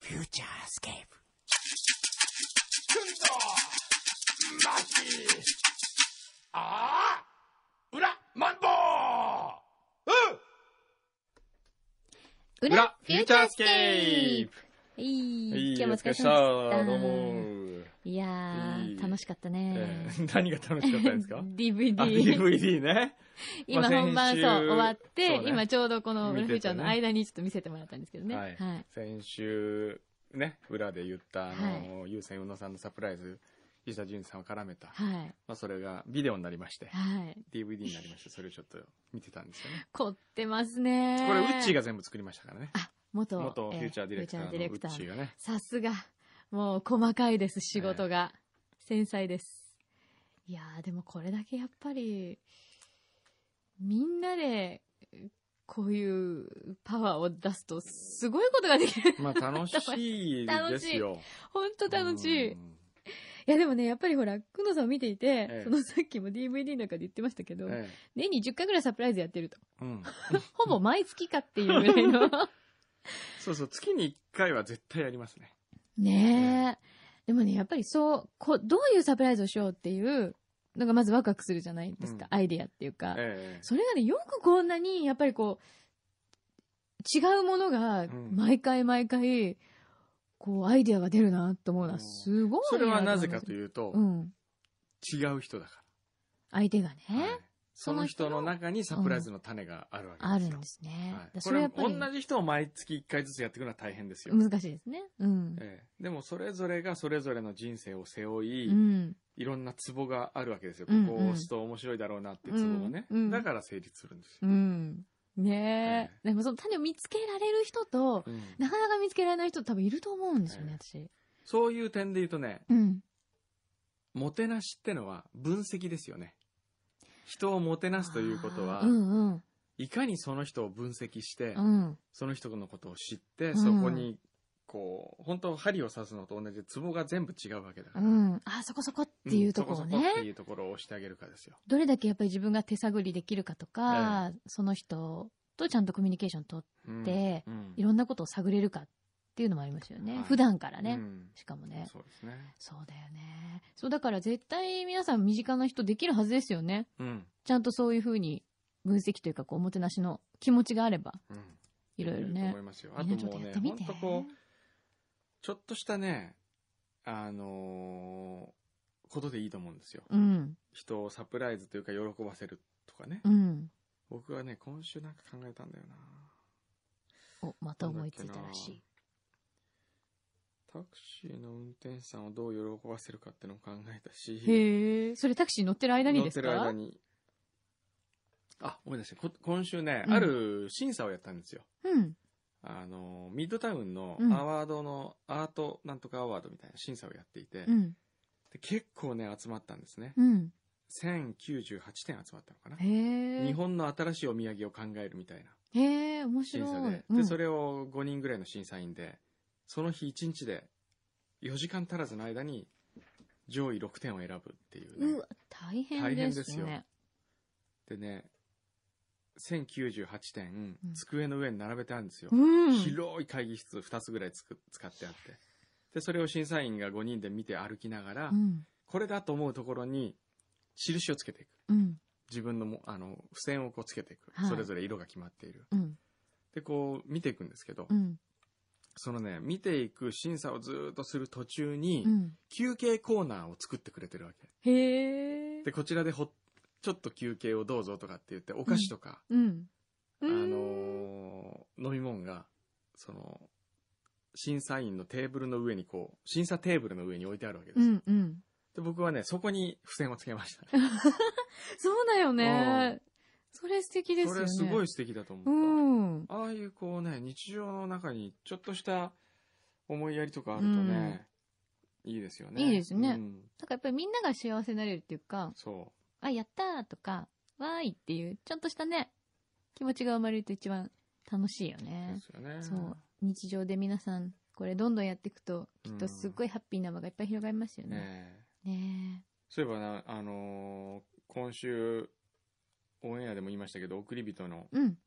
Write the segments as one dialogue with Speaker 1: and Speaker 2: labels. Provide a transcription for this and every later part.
Speaker 1: フューチャースケープ。
Speaker 2: くんどまきああ裏マンボウ
Speaker 3: 裏フューチャースケー
Speaker 1: プ
Speaker 3: プい
Speaker 1: い
Speaker 3: い、
Speaker 1: い
Speaker 3: 今日もお疲れ様でした。
Speaker 1: どうも。
Speaker 3: いや
Speaker 1: いい
Speaker 3: ー、楽しかったね
Speaker 1: え。ー 何が楽 しかったですかあ、
Speaker 3: DVD。
Speaker 1: DVD ね。
Speaker 3: 今
Speaker 1: まあ
Speaker 3: 本番
Speaker 1: 先
Speaker 3: そう
Speaker 1: 週
Speaker 3: 終わっ
Speaker 1: そ
Speaker 3: て
Speaker 1: う、ね
Speaker 3: 今ちょうどこの
Speaker 1: 見てたね
Speaker 3: 裏フューチャーの間にちょっと見せてもらったんですけどね。
Speaker 1: は
Speaker 3: はいい。
Speaker 1: 先週、ね、裏で言った、あの、優先宇野さんのサプライズ、石田純さんを絡めた。
Speaker 3: はい。
Speaker 1: まあ、それがビデオになりまして、
Speaker 3: はい。
Speaker 1: DVD になりまして、それをちょっと見てたんですよね。
Speaker 3: 凝ってますね。
Speaker 1: これ、ウッチーが全部作りましたからね。
Speaker 3: 元、
Speaker 1: 元フ
Speaker 3: え
Speaker 1: ューチャーディレクターの
Speaker 3: フ
Speaker 1: ウ
Speaker 3: ューチャーディレ
Speaker 1: ッ
Speaker 3: クタ
Speaker 1: チー
Speaker 3: ー
Speaker 1: がね。
Speaker 3: さすが。もう細かいです、仕事が。繊細です。いやー、でもこれだけやっぱり、みんなで、こういうパワーを出すと、すごいことができる。
Speaker 1: まあ、楽しいですよ。
Speaker 3: ほんと 楽しい。
Speaker 1: う
Speaker 3: い
Speaker 1: ん
Speaker 3: や、でもね、やっぱりほら、くのさんを見ていて、
Speaker 1: ええ
Speaker 3: そのさっきも DVD の中で言ってましたけど、
Speaker 1: え
Speaker 3: 年に10回ぐらいサプライズやってると。
Speaker 1: えうん。
Speaker 3: ほぼ毎月かっていうぐらいの。
Speaker 1: そうそう、月に1回は絶対やりますね。
Speaker 3: ねえ。でもね、やっぱりそう、こう、どういうサプライズをしようっていうのがまずワクワクするじゃないですか。
Speaker 1: う
Speaker 3: アイディアっていうか。
Speaker 1: ええ
Speaker 3: それがね、よくこんなに、やっぱりこう、違うものが
Speaker 1: ん、
Speaker 3: 毎回毎回、こう、アイディアが出るなと思う
Speaker 1: う
Speaker 3: の
Speaker 1: ん
Speaker 3: は、すごい
Speaker 1: それはなぜかと
Speaker 3: う
Speaker 1: いうと
Speaker 3: う、ん。
Speaker 1: 違う人だか
Speaker 3: 相手がね、
Speaker 1: ら。はいその人の中にサプライズの種があるわけですよ。
Speaker 3: あるんですね。
Speaker 1: はい
Speaker 3: だから
Speaker 1: こ
Speaker 3: それは
Speaker 1: れ
Speaker 3: やっぱり、
Speaker 1: 同じ人を毎月1回ずつやっていくのは大変ですよ。
Speaker 3: 難しいですね。うん。
Speaker 1: ええでもそれぞれがそれぞれの人生を背負い、
Speaker 3: うん。
Speaker 1: いろんなツボがあるわけですよ。こ
Speaker 3: うんうん
Speaker 1: こを押すと面白いだろうなってツボがね。
Speaker 3: うんうん
Speaker 1: だから成立するんですよ。
Speaker 3: うん。ね
Speaker 1: え
Speaker 3: え。でもその種を見つけられる人と、
Speaker 1: うん
Speaker 3: なかなか見つけられない人多分いると思うんですよね、私。
Speaker 1: そういう点で言うとね、
Speaker 3: うん。
Speaker 1: もてなしってのは分析ですよね。人をもてなすということは
Speaker 3: う、んうん。
Speaker 1: いかにその人を分析して、
Speaker 3: うん。
Speaker 1: その人のことを知って、
Speaker 3: ん
Speaker 1: そこに、こう、本当針を刺すのと同じで、ツボが全部違うわけだか
Speaker 3: う
Speaker 1: ら。
Speaker 3: ん。あ、そこそこっていうところ
Speaker 1: そ
Speaker 3: を
Speaker 1: そこ
Speaker 3: ね
Speaker 1: って。いうところを押してあげるかですよ。
Speaker 3: どれだけやっぱり自分が手探りできるかとか、その人とちゃんとコミュニケーション取
Speaker 1: うん
Speaker 3: って、
Speaker 1: うん
Speaker 3: いろんなことを探れるかっていうのもありますよね。
Speaker 1: はい
Speaker 3: 普段からね。
Speaker 1: うん
Speaker 3: しかもね。
Speaker 1: そうですね。
Speaker 3: そうだよね。そうだから絶対皆さん身近な人できるはずですよね。
Speaker 1: うん。
Speaker 3: ちゃんとそういうふうに分析というか、こう、おもてなしの気持ちがあれば、
Speaker 1: うん。
Speaker 3: いろいろ
Speaker 1: と
Speaker 3: ね
Speaker 1: 思い。ますよ。あ
Speaker 3: み
Speaker 1: と
Speaker 3: んなち
Speaker 1: も
Speaker 3: ょっと
Speaker 1: う
Speaker 3: や
Speaker 1: ね
Speaker 3: って、み
Speaker 1: 本
Speaker 3: て。
Speaker 1: 当こう、ちょっとしたね、あのーことでいいと思うんですよ。
Speaker 3: うん。
Speaker 1: 人をサプライズというか喜ばせるとかね。
Speaker 3: うん。
Speaker 1: 僕はね、今週なんか考えたんだよな。
Speaker 3: お、また思いついたらしい。
Speaker 1: タクシーの運転手さんをどう喜ばせるかってのも考えたし。
Speaker 3: へえ。それタクシー乗ってる間にですか
Speaker 1: 乗ってる間に。あ、思い出した。こ今週ね、
Speaker 3: うん
Speaker 1: ある審査をやったんですよ。
Speaker 3: うん。
Speaker 1: あの、ミッドタウンの
Speaker 3: うん
Speaker 1: アワードのアートなんとかアワードみたいな審査をやっていて、
Speaker 3: うん。
Speaker 1: で結構ね、集まったんですね。
Speaker 3: うん。
Speaker 1: 1098点集まったのかな。
Speaker 3: へえ。
Speaker 1: 日本の新しいお土産を考えるみたいな
Speaker 3: へえ、面
Speaker 1: 審
Speaker 3: 白い。
Speaker 1: 査で、
Speaker 3: う
Speaker 1: で、
Speaker 3: ん
Speaker 1: それを5人ぐらいの審査員で、その日1日で4時間足らずの間に上位6点を選ぶっていうね、
Speaker 3: うわ、大変です
Speaker 1: 大変
Speaker 3: ね。
Speaker 1: でね、1098点
Speaker 3: う、ん
Speaker 1: 机の上に並べてあるんですよ。
Speaker 3: うん。
Speaker 1: 広い会議室2つぐらいつく使ってあって。で、それを審査員が5人で見て歩きながら、
Speaker 3: うん。
Speaker 1: これだと思うところに印をつけていく。
Speaker 3: うん。
Speaker 1: 自分のも、あの、付箋をこうつけていく。
Speaker 3: はい
Speaker 1: それぞれ色が決まっている。
Speaker 3: うん。
Speaker 1: で、こう見ていくんですけど、
Speaker 3: うん。
Speaker 1: そのね、見ていく審査をずーっとする途中に、
Speaker 3: うん。
Speaker 1: 休憩コーナーを作ってくれてるわけ。
Speaker 3: へえ。
Speaker 1: で、こちらでほ、ちょっと休憩をどうぞとかって言って、お菓子とか、
Speaker 3: うん。
Speaker 1: あ
Speaker 3: うん
Speaker 1: のー飲み物が、その、審査員のテーブルの上にこう、審査テーブルの上に置いてあるわけですよ。
Speaker 3: うんうん。
Speaker 1: で、僕はね、そこに付箋をつけました、
Speaker 3: そうだよ
Speaker 1: う
Speaker 3: ね。それ素敵です
Speaker 1: そ
Speaker 3: よね。
Speaker 1: れすご
Speaker 3: い。
Speaker 1: い素敵だと思
Speaker 3: う
Speaker 1: う。
Speaker 3: ん。
Speaker 1: ああいうこうね、日常の中にちょっとした思いやりとかあるとね、いいですよね。
Speaker 3: いいですね
Speaker 1: うん、
Speaker 3: だからやっぱりみんなが幸せになれるっていうか、
Speaker 1: そ
Speaker 3: あ、やったーとか、わーいっていう、ちょっとしたね、気持ちが生まれると一番楽しいよ
Speaker 1: う。
Speaker 3: ね
Speaker 1: で。すよね。
Speaker 3: そう。日常で皆さん、これどんどんやっていくと、きっとすっごいハッピーな輪がいっぱい広がりますよ
Speaker 1: ね
Speaker 3: ね。
Speaker 1: え
Speaker 3: ね
Speaker 1: そういえばな、あのー今週、オンエアでも言いましたけど、送り人の
Speaker 3: え。うん。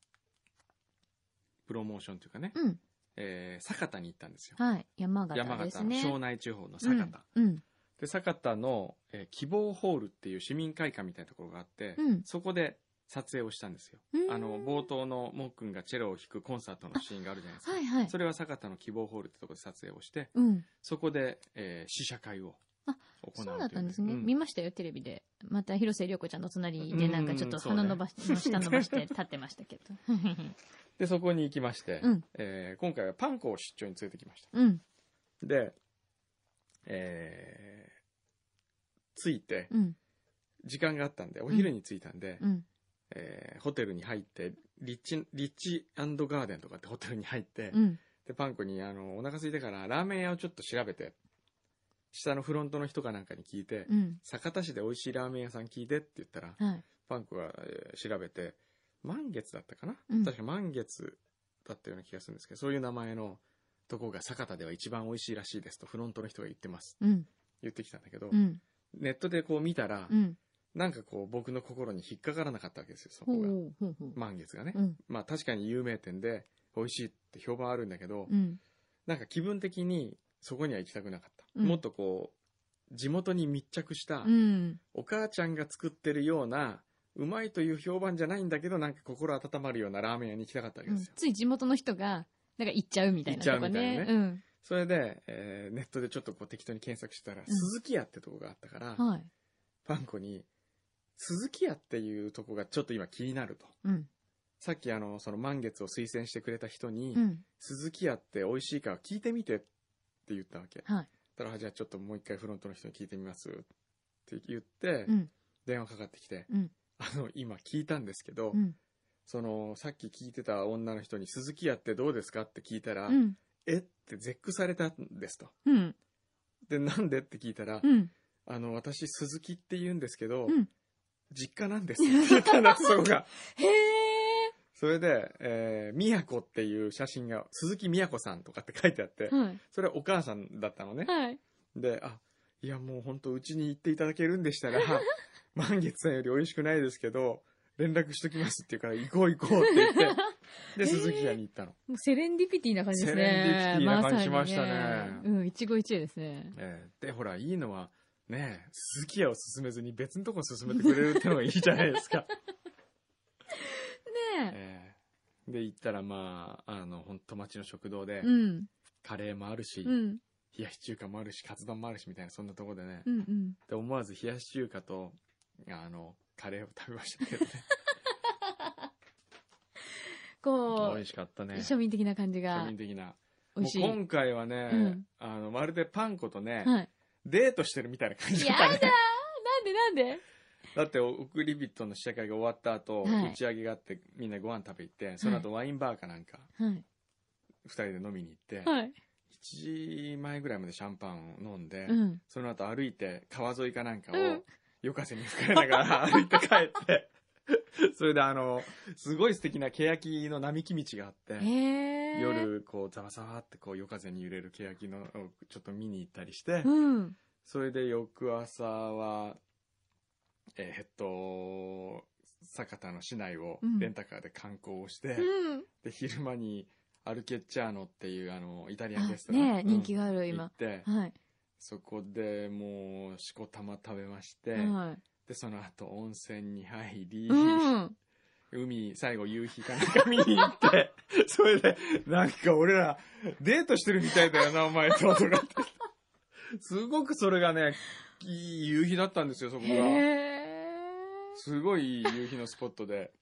Speaker 1: プロモーションというかね、
Speaker 3: うん。
Speaker 1: えー酒田に行ったんですよ。
Speaker 3: はい。山
Speaker 1: 山
Speaker 3: 形です
Speaker 1: 形、
Speaker 3: ね。
Speaker 1: 庄内地方の酒田。
Speaker 3: うん。うん。
Speaker 1: で、酒田の、えー希望ホールっていう市民会館みたいなところがあって、
Speaker 3: うん
Speaker 1: そこで撮影をしたんですよ。
Speaker 3: うん
Speaker 1: あの、冒頭のもっくんがチェロを弾くコンサートのシーンがあるじゃないですか。
Speaker 3: はいはい。
Speaker 1: それは酒田の希望ホールってところで撮影をして、
Speaker 3: うん。
Speaker 1: そこで、えー試写会を
Speaker 3: あ
Speaker 1: 行う
Speaker 3: そう
Speaker 1: とい
Speaker 3: だったんですね。
Speaker 1: う
Speaker 3: 見ましたよ、テレビで。また、広瀬涼子ちゃんの隣で、なんかちょっと
Speaker 1: うんそうね
Speaker 3: 鼻伸ばして、下伸ばし て立ってましたけど。
Speaker 1: で、そこに行きまして、
Speaker 3: うん
Speaker 1: えー今回はパンコを出張に連れてきました。
Speaker 3: うん。
Speaker 1: で、えー着いて、
Speaker 3: うん。
Speaker 1: 時間があったんで、お昼に着いたんで、
Speaker 3: うん。
Speaker 1: えーホテルに入って、リッチ、リッチガーデンとかってホテルに入って、
Speaker 3: うん。
Speaker 1: で、パンコに、あの、お腹空いてからラーメン屋をちょっと調べて、下のフロントの人かなんかに聞いて、
Speaker 3: うん。
Speaker 1: 酒田市で美味しいラーメン屋さん聞いてって言ったら、
Speaker 3: はい。
Speaker 1: パンコが、えー調べて、満月だったかな、
Speaker 3: うん
Speaker 1: 確か満月だったような気がするんですけど、そういう名前のとこが酒田では一番美味しいらしいですとフロントの人が言ってます。
Speaker 3: うん。
Speaker 1: 言ってきたんだけど、
Speaker 3: うん。
Speaker 1: ネットでこう見たら、
Speaker 3: うん。
Speaker 1: なんかこう僕の心に引っかからなかったわけですよ、そ
Speaker 3: ほ
Speaker 1: こが。
Speaker 3: うほうほう。
Speaker 1: 満月がね。
Speaker 3: うん。
Speaker 1: まあ確かに有名店で美味しいって評判あるんだけど、
Speaker 3: うん。
Speaker 1: なんか気分的にそこには行きたくなかった。
Speaker 3: うん
Speaker 1: もっとこう、地元に密着した、
Speaker 3: うん。
Speaker 1: お母ちゃんが作ってるような、うまいという評判じゃないんだけど、なんか心温まるようなラーメン屋に行きたかったわけ
Speaker 3: う
Speaker 1: で
Speaker 3: ん
Speaker 1: すよ。
Speaker 3: つい地元の人が、なんか行っちゃうみたいなとか
Speaker 1: 行
Speaker 3: ね
Speaker 1: っ。ち
Speaker 3: うん。
Speaker 1: それで、えーネットでちょっとこう適当に検索してたら、
Speaker 3: うん
Speaker 1: 鈴木屋ってとこがあったから、
Speaker 3: はい。
Speaker 1: パンコに、鈴木屋っていうとこがちょっと今気になると。
Speaker 3: うん。
Speaker 1: さっきあの、その満月を推薦してくれた人に、
Speaker 3: うん。
Speaker 1: 鈴木屋って美味しいから聞いてみてって言ったわけ。
Speaker 3: はい。
Speaker 1: だから、じゃあちょっともう一回フロントの人に聞いてみますって言って、
Speaker 3: うん。
Speaker 1: 電話かかってきて、
Speaker 3: うん。
Speaker 1: あの、今聞いたんですけど、
Speaker 3: うん。
Speaker 1: その、さっき聞いてた女の人に、鈴木屋ってどうですかって聞いたら、
Speaker 3: うん。
Speaker 1: えって絶句されたんですと。
Speaker 3: うん。
Speaker 1: で、なんでって聞いたら、
Speaker 3: うん。
Speaker 1: あの、私、鈴木って言うんですけど、
Speaker 3: うん
Speaker 1: 実家なんですって言ったんだ、そこが。
Speaker 3: へえ。
Speaker 1: それで、えー、宮子っていう写真が、鈴木宮子さんとかって書いてあって、
Speaker 3: はい。
Speaker 1: それはお母さんだったのね。
Speaker 3: はい。
Speaker 1: で、あ、いやもう本当うちに行っていただけるんでした ら、満月さんより美味しくないですけど、連絡しときますって言うから、行こう行こうって言って、で、
Speaker 3: えー
Speaker 1: 鈴木屋に行ったの。
Speaker 3: もうセレンディピティな感じですね。
Speaker 1: セレンディピティな感じしましたね
Speaker 3: まさにうん、一期一会ですね。
Speaker 1: えーで、ほら、いいのは、ねえ、鈴木屋を進めずに別のとこ進めてくれるってのがいいじゃないです か。
Speaker 3: ねえ。
Speaker 1: えーで、行ったら、まあ、あの、本当町の食堂で、
Speaker 3: うん。
Speaker 1: カレーもあるし、
Speaker 3: うん。
Speaker 1: 冷やし中華もあるし、カツ丼もあるし、みたいな、そんなとこでね、
Speaker 3: うん。うん。
Speaker 1: で思わず冷やし中華と、あの、カレーを食べましたけ どね。
Speaker 3: こ
Speaker 1: 美
Speaker 3: う
Speaker 1: 味、しかったね。
Speaker 3: 庶民的な感じ
Speaker 1: 庶
Speaker 3: が
Speaker 1: 民的な。
Speaker 3: 美味しい。
Speaker 1: もう今回はね、
Speaker 3: うん
Speaker 1: あの、まるでパン粉とね、
Speaker 3: はい。
Speaker 1: デートしてるみたいな感じ
Speaker 3: や
Speaker 1: だっ
Speaker 3: だ
Speaker 1: た
Speaker 3: ーなん
Speaker 1: ね。
Speaker 3: でなんで
Speaker 1: だって、送り人の試写会が終わった後、
Speaker 3: はい
Speaker 1: 打ち上げがあって、みんなご飯食べ行って、その後ワインバーかなんか、
Speaker 3: はい。
Speaker 1: 二人で飲みに行って、
Speaker 3: はい。
Speaker 1: 1時前ぐらいまでシャンパンを飲んで、
Speaker 3: うん。
Speaker 1: その後歩いて、川沿いかなんかを
Speaker 3: うん、
Speaker 1: 夜風に吹かれながら 歩いて帰って、 それであの、すごい素敵な欅の並木道があって、
Speaker 3: へえ。。
Speaker 1: 夜、こう、ざわざわって、こう、夜風に揺れる欅の、ちょっと見に行ったりして、
Speaker 3: うん。
Speaker 1: それで翌朝は、えーっと、酒田の市内を
Speaker 3: うん
Speaker 1: レンタカーで観光をして、
Speaker 3: うん。
Speaker 1: で、昼間にアルケッチャーノっていう、あの、イタリアンレスト
Speaker 3: あ
Speaker 1: ラン。
Speaker 3: ねえ、人気
Speaker 1: が
Speaker 3: がある、
Speaker 1: 行っ
Speaker 3: 今。
Speaker 1: て、
Speaker 3: はい。
Speaker 1: そこでもう、しこたま食べまして、
Speaker 3: は
Speaker 1: で、その後温泉に入り、
Speaker 3: い。うん。
Speaker 1: 海、最後夕日かなんか見に行って、 それで、なんか俺ら、デートしてるみたいだよな、お前と、とかって。すごくそれがね、いい夕日だったんですよ、そこ
Speaker 3: へ
Speaker 1: が。
Speaker 3: え。
Speaker 1: すごいいい夕日のスポットで。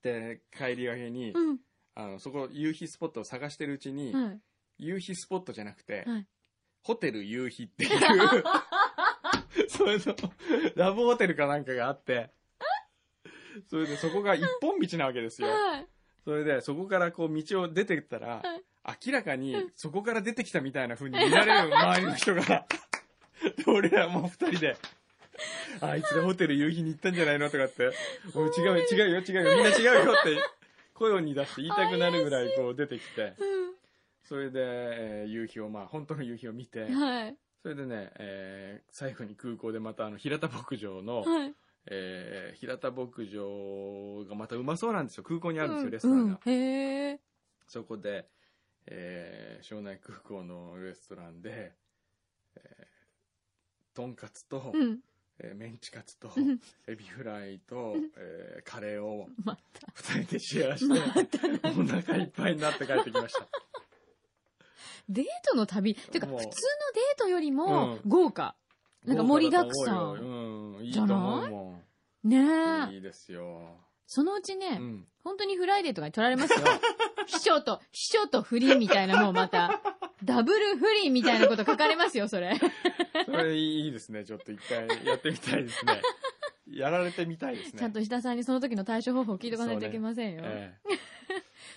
Speaker 1: で、帰りがけに、
Speaker 3: うん。
Speaker 1: あの、そこ、夕日スポットを探してるうちに、
Speaker 3: はい。
Speaker 1: 夕日スポットじゃなくて、
Speaker 3: はい
Speaker 1: ホテル夕日って いう、それの、ラブホテルかなんかがあって、それでそこが一本道なわけですよ。
Speaker 3: はい。
Speaker 1: それで、そこからこう道を出てったら、明らかにそこから出てきたみたいな風に見られる周りの人が、で俺らもう二人で、あいつがホテル夕日に行ったんじゃないのとかって、もう違うよ、違うよ、違うよ、みんな違うよって、声に出して言いたくなるぐらいこう出てきて、それで、えー夕日を、まあ本当の夕日を見て
Speaker 3: うん。、はい。
Speaker 1: それでね、えー最後に空港でまたあの平田牧場の、
Speaker 3: はい。
Speaker 1: えー平田牧場がまたうまそうなんですよ。空港にあるんですよ、レスト
Speaker 3: う
Speaker 1: ランが。
Speaker 3: ん。へえ。
Speaker 1: そこで、えー、庄内空港のレストランで、えー、とんかつと、
Speaker 3: うん。
Speaker 1: えーメンチカツと
Speaker 3: うん、
Speaker 1: エビフライと、えーカレーを
Speaker 3: ま
Speaker 1: 二人でシェアして、
Speaker 3: またなんか
Speaker 1: お腹いっぱいになって帰ってきました。
Speaker 3: デートの旅、てか普
Speaker 1: も
Speaker 3: 通
Speaker 1: う
Speaker 3: のデートよりも
Speaker 1: う
Speaker 3: 豪華。 なんか盛りだくさ
Speaker 1: 豪華だと
Speaker 3: ん。
Speaker 1: 思うようん、いい
Speaker 3: じ
Speaker 1: と
Speaker 3: ゃない
Speaker 1: 思うも
Speaker 3: ね
Speaker 1: ん。
Speaker 3: え。
Speaker 1: いいですよ。
Speaker 3: そのうち
Speaker 1: う
Speaker 3: ね、
Speaker 1: ん。
Speaker 3: 本当にフライデーとかに取ら れますよ。秘書と、秘書と不倫みたいなもうまた、ダブル不倫みたいなこと書かれますよ、それ。
Speaker 1: それいいですね。ちょっと一回やってみたいですね。 やられてみたいですね。
Speaker 3: ちゃんと石田さんにその時の対処方法を聞いておかないといけませんよ。
Speaker 1: ええ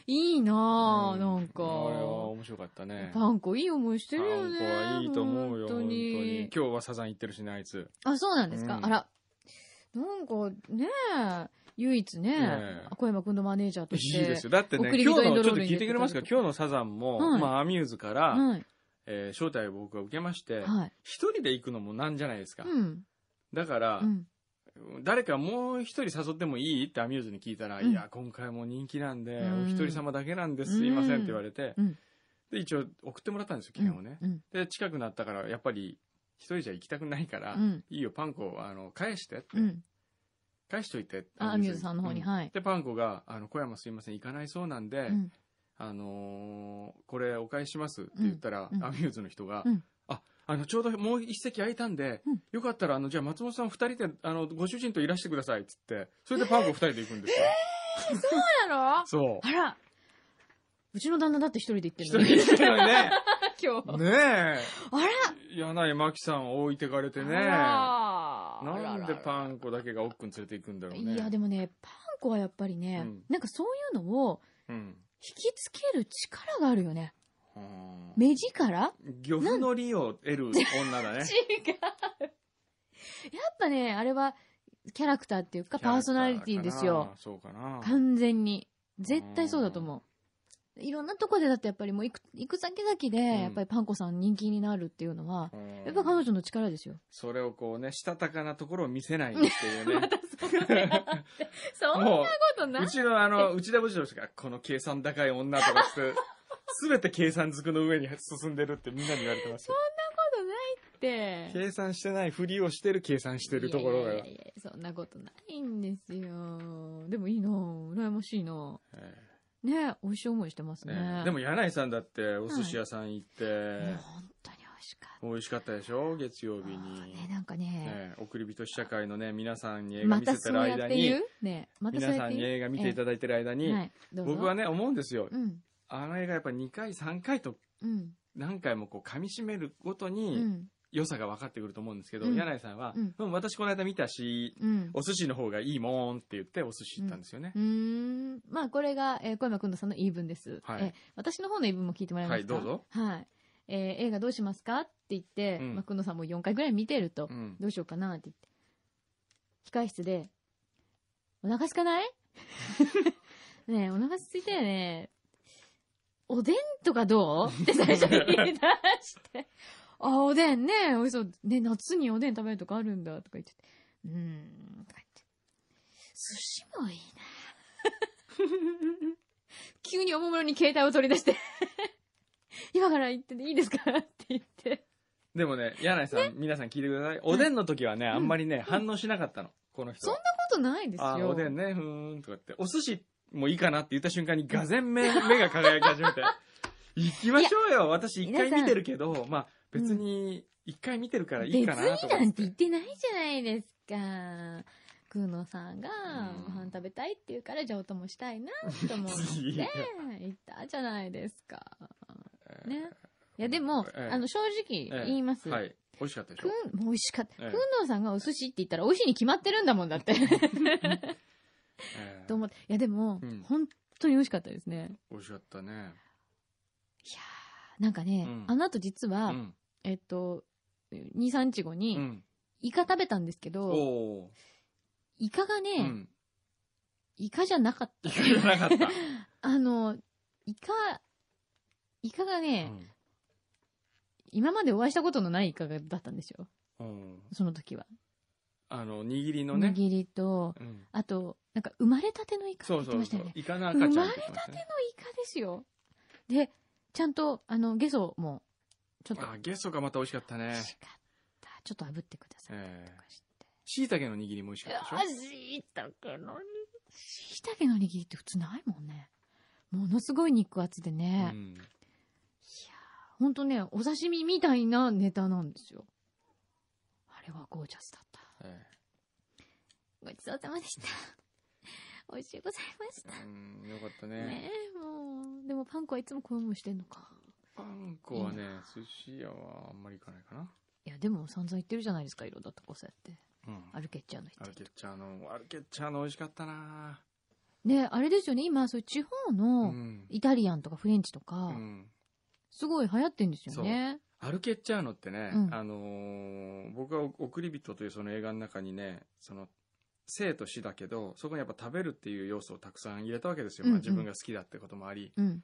Speaker 3: いいなぁ、
Speaker 1: う
Speaker 3: なんか。
Speaker 1: あれは面白かったね。
Speaker 3: パン粉いい思いしてるよね。
Speaker 1: パン粉はいいと思うよ。
Speaker 3: 本当に。
Speaker 1: 今日はサザン行ってるしね、あいつ。
Speaker 3: あ、そうなんですか、
Speaker 1: うん
Speaker 3: あら。なんかね、唯一ね、
Speaker 1: ええ
Speaker 3: 小山くんのマネージャーと
Speaker 1: い
Speaker 3: し
Speaker 1: い
Speaker 3: て。
Speaker 1: ですよ。だってね、
Speaker 3: 送り
Speaker 1: 今
Speaker 3: 人
Speaker 1: 日の、
Speaker 3: エンド
Speaker 1: ちょっと
Speaker 3: ロールに
Speaker 1: 聞いてくれますか
Speaker 3: 入れて
Speaker 1: 今日のサザンも、
Speaker 3: はい
Speaker 1: まあ、アミューズから、
Speaker 3: はい。
Speaker 1: えー招待を僕が受けまして、
Speaker 3: はい。
Speaker 1: 一人で行くのもなんじゃないですか。
Speaker 3: うん。
Speaker 1: だから、
Speaker 3: うん。
Speaker 1: 誰かもう一人誘ってもいいってアミューズに聞いたら、
Speaker 3: うん
Speaker 1: いや、今回も人気なんで、
Speaker 3: うん
Speaker 1: お一人様だけなんです、すいませんって言われて、
Speaker 3: うん
Speaker 1: で、一応送ってもらったんですよ、券をね。
Speaker 3: うん。
Speaker 1: で、近くなったから、やっぱり、一人じゃ行きたくないから、
Speaker 3: うん。
Speaker 1: いいよ、パンコ、あの、返してって、
Speaker 3: うん。
Speaker 1: 返しといてって。
Speaker 3: あアミューズさんの方に
Speaker 1: う
Speaker 3: はい
Speaker 1: で、パンコが、あの、小山すいません、行かないそうなんで、
Speaker 3: うん。
Speaker 1: あのーこれお返ししますって言ったら、
Speaker 3: うんうん
Speaker 1: アミューズの人が、
Speaker 3: うん
Speaker 1: あ、あの、ちょうどもう一席空いたんで、
Speaker 3: うん
Speaker 1: よかったら、あの、じゃあ松本さん二人で、あの、ご主人といらしてくださいっつって、それでパンコ二人で行くんですよ。
Speaker 3: そうやろ
Speaker 1: そう。
Speaker 3: あら。うちの旦那だって一人で行って
Speaker 1: 一
Speaker 3: る
Speaker 1: 人で
Speaker 3: のに。
Speaker 1: 行ってるのにね。
Speaker 3: 今日。
Speaker 1: ね
Speaker 3: あら
Speaker 1: え。柳井真紀さんを置いてかれてね。な
Speaker 3: あら
Speaker 1: んでパンコだけが奥くん連れて行くんだろうね。
Speaker 3: いや、でもね、パン粉はやっぱりね、
Speaker 1: うん
Speaker 3: なんかそういうのを
Speaker 1: うん。
Speaker 3: 引きつける力があるよね。
Speaker 1: うん
Speaker 3: 目力
Speaker 1: 漁夫の利を得る女 だね。
Speaker 3: 違う。 やっぱね、あれはキャラクターっていうかパーソナリティですよ。
Speaker 1: キャラクターかな。そうかな。
Speaker 3: 完全に。絶対そうだと思う。いろんなとこでだってやっぱりもう行く、行く先々で、
Speaker 1: ん
Speaker 3: やっぱりパン粉さん人気になるっていうのは、やっぱ彼女の力です よ。
Speaker 1: それをこうね、したたかなところを見せないっていうね。
Speaker 3: そ
Speaker 1: も
Speaker 3: と
Speaker 1: う、うちのあの、内田部長が、この計算高い女とかして、すべて計算づくの上に進んでるってみんなに言われてますよ。
Speaker 3: って。
Speaker 1: 計算してないふりをしてる計算してるところが。
Speaker 3: いやいやいやいやそんなことないんですよ。でもいいなぁ羨ましいなぁ
Speaker 1: え
Speaker 3: ね美味しい思いしてます
Speaker 1: え
Speaker 3: ね。
Speaker 1: ええでも、柳井さんだって、お寿司屋さん行って、
Speaker 3: もう本当に美味しかっ
Speaker 1: 美味しかったでしょ月曜
Speaker 3: た。
Speaker 1: 日に。
Speaker 3: ね、なんかね、
Speaker 1: ええ送り人試写会のね、皆さんに映画
Speaker 3: ま
Speaker 1: 見
Speaker 3: た
Speaker 1: せて
Speaker 3: そ
Speaker 1: る
Speaker 3: うや
Speaker 1: 間
Speaker 3: って
Speaker 1: に
Speaker 3: 言、うねまたそう
Speaker 1: 皆
Speaker 3: や
Speaker 1: さ
Speaker 3: っ
Speaker 1: ん
Speaker 3: て
Speaker 1: に
Speaker 3: 言う
Speaker 1: 映画見ていただいてる間に、
Speaker 3: はい、どうぞ
Speaker 1: 僕はね、思うんですよ。
Speaker 3: うん、
Speaker 1: あの映画やっぱ2回、3回と
Speaker 3: うん、
Speaker 1: 何回もこう噛み締めるごと
Speaker 3: う
Speaker 1: に
Speaker 3: ん、
Speaker 1: 良さが分かってくると思うんですけど、
Speaker 3: うん
Speaker 1: 柳井さんは、
Speaker 3: うん
Speaker 1: うん私この間見たし、
Speaker 3: うん。
Speaker 1: お寿司の方がいいもんって言ってお寿司行ったんですよね
Speaker 3: う。ーん。まあ、これが、えー小山くんのさんの言い分です。
Speaker 1: はい
Speaker 3: えー私の方の言い分も聞いてもらえますか
Speaker 1: はいどうぞ。
Speaker 3: はい。えー映画どうしますかって言って、
Speaker 1: うん
Speaker 3: まあ、くんのさんも4回ぐらい見てると、
Speaker 1: うん
Speaker 3: どうしようかなって言って。控室で、お腹すかない ねえ、お腹すいたよね。おでんとかどうって最初に言い出して。あ、おでんね、美味しそう。ね、夏におでん食べるとかあるんだ、とか言ってて。うーん、とか言って。寿司もいいな。 急におもむろに携帯を取り出して。今から行っていいですかって言って。
Speaker 1: でもね、柳井さん、皆さん聞いてください。おでんの時はね、あんまりね、反応しなかったの。この人。
Speaker 3: そんなことないです
Speaker 1: あ
Speaker 3: よ。
Speaker 1: おでんね、ふーんとかって。お寿司もいいかなって言った瞬間に、がぜん目目が輝き始 めて。行きましょうよ私一回見てるけど、まあ別に一回見てるからいいかなと
Speaker 3: 別
Speaker 1: か
Speaker 3: になんて言ってないじゃないですか。くーのさんが
Speaker 1: う
Speaker 3: ご
Speaker 1: ん
Speaker 3: 飯食べたいって言うから、じゃあお供したいなと思 っ
Speaker 1: いや
Speaker 3: て、言ったじゃないですか。
Speaker 1: えー
Speaker 3: ね。いや、でも、
Speaker 1: ええ
Speaker 3: あの、正直言います。
Speaker 1: はい。美味しかったでし
Speaker 3: く
Speaker 1: ょ
Speaker 3: ん、もう美味しかった。く
Speaker 1: ええ
Speaker 3: んのさんがお寿司って言ったら美味しいに決まってるんだもんだって。
Speaker 1: えー
Speaker 3: と思って。いや、でも、
Speaker 1: うん
Speaker 3: 本当に美味しかったですね。
Speaker 1: 美味しかったね。
Speaker 3: いやーなんかね、
Speaker 1: うん
Speaker 3: あの後実
Speaker 1: う
Speaker 3: は、
Speaker 1: ん。
Speaker 3: えっと、2、3日後
Speaker 1: う
Speaker 3: に、
Speaker 1: ん。
Speaker 3: イカ食べたんですけ
Speaker 1: お
Speaker 3: ど、
Speaker 1: お
Speaker 3: イカがね、
Speaker 1: ー。うん。
Speaker 3: イカじゃな かった。
Speaker 1: じゃなかった。
Speaker 3: あの、イカ、イカがね、今までお会いしたことのないイカがだったんですよ。
Speaker 1: うんうん
Speaker 3: その時は。
Speaker 1: あの、握りのね。
Speaker 3: 握りと、
Speaker 1: うん
Speaker 3: あと、なんか生まれたてのイカって
Speaker 1: そ
Speaker 3: 言
Speaker 1: う
Speaker 3: って
Speaker 1: そう
Speaker 3: まし
Speaker 1: そ
Speaker 3: たよ
Speaker 1: う
Speaker 3: ね。。
Speaker 1: イカの赤ちゃんって言ってました
Speaker 3: 生まれたての
Speaker 1: ね。
Speaker 3: イカですよ。で、ちゃんと、あの、ゲソも、ちょっと、
Speaker 1: あ、ゲソがまた美味しかったね
Speaker 3: 欲。しかった。ちょっと炙ってください。
Speaker 1: え
Speaker 3: とかして
Speaker 1: 椎茸の握りも美味しかった
Speaker 3: あ、
Speaker 1: でし
Speaker 3: しいたけの握り。しいたけの握りって普通ないもんね。ものすごい肉厚で
Speaker 1: ょ。う
Speaker 3: ね。い
Speaker 1: ん。
Speaker 3: やー、ほんとね、お刺身みたいなネタなんですよ。あれはゴージャスだった。
Speaker 1: え
Speaker 3: ごちそうさまでした。 美味しゅうございました。
Speaker 1: えうん、よかったね。
Speaker 3: ねえ、もう。でもパン粉はいつもこういうもんしてんのか。
Speaker 1: パン粉はね、寿司屋はあんまり行かないかな。
Speaker 3: いや、でも散々言ってるじゃないですか、いろんなとこそうやって。
Speaker 1: うん。
Speaker 3: 歩けちゃうの
Speaker 1: ア
Speaker 3: 言
Speaker 1: ル
Speaker 3: って
Speaker 1: ケッチャーの、アルケッチャーの美味しかったな
Speaker 3: ね、あれですよね、今、そういう地方
Speaker 1: う
Speaker 3: の
Speaker 1: ん。
Speaker 3: イタリアンとかフレンチと
Speaker 1: う
Speaker 3: か、
Speaker 1: ん。
Speaker 3: すごい流行ってんですよね。
Speaker 1: アルケッチャーノってね、
Speaker 3: うん
Speaker 1: あのー僕はお送り人というその映画の中にね、その、生と死だけど、そこにやっぱ食べるっていう要素をたくさん入れたわけですよ。
Speaker 3: うん
Speaker 1: ま
Speaker 3: う
Speaker 1: あ
Speaker 3: ん
Speaker 1: 自分が好きだってこともあり。
Speaker 3: うん。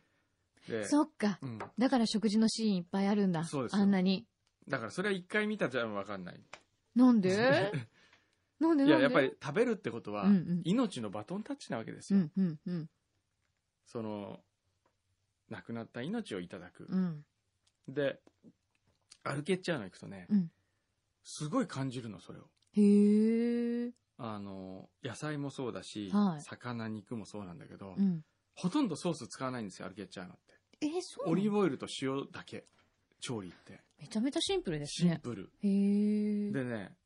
Speaker 1: で、
Speaker 3: そっか。
Speaker 1: うん。
Speaker 3: だから食事のシーンいっぱいあるんだ。
Speaker 1: そうですよ
Speaker 3: あんなに。
Speaker 1: だからそれは一回見たじゃわかんない。
Speaker 3: な んでなんでなんで
Speaker 1: いや、やっぱり、食べるってことは
Speaker 3: うんうん、
Speaker 1: 命のバトンタッチなわけです
Speaker 3: う
Speaker 1: よ。
Speaker 3: んうんうん。
Speaker 1: その、亡くなった命をいただく。
Speaker 3: うん。
Speaker 1: で、アルケッチャーノ行くとね、
Speaker 3: うん
Speaker 1: すごい感じるの、それを。
Speaker 3: へえ。
Speaker 1: あの、野菜もそうだし、
Speaker 3: はい
Speaker 1: 魚、肉もそうなんだけど、
Speaker 3: うん。
Speaker 1: ほとんどソース使わないんですよ、アルケッチャーノって。
Speaker 3: えー、そうなの
Speaker 1: オリーブオイルと塩だけ、調理って。
Speaker 3: めちゃめちゃシンプルです
Speaker 1: シン
Speaker 3: ね。
Speaker 1: プル。
Speaker 3: へえ。
Speaker 1: でね、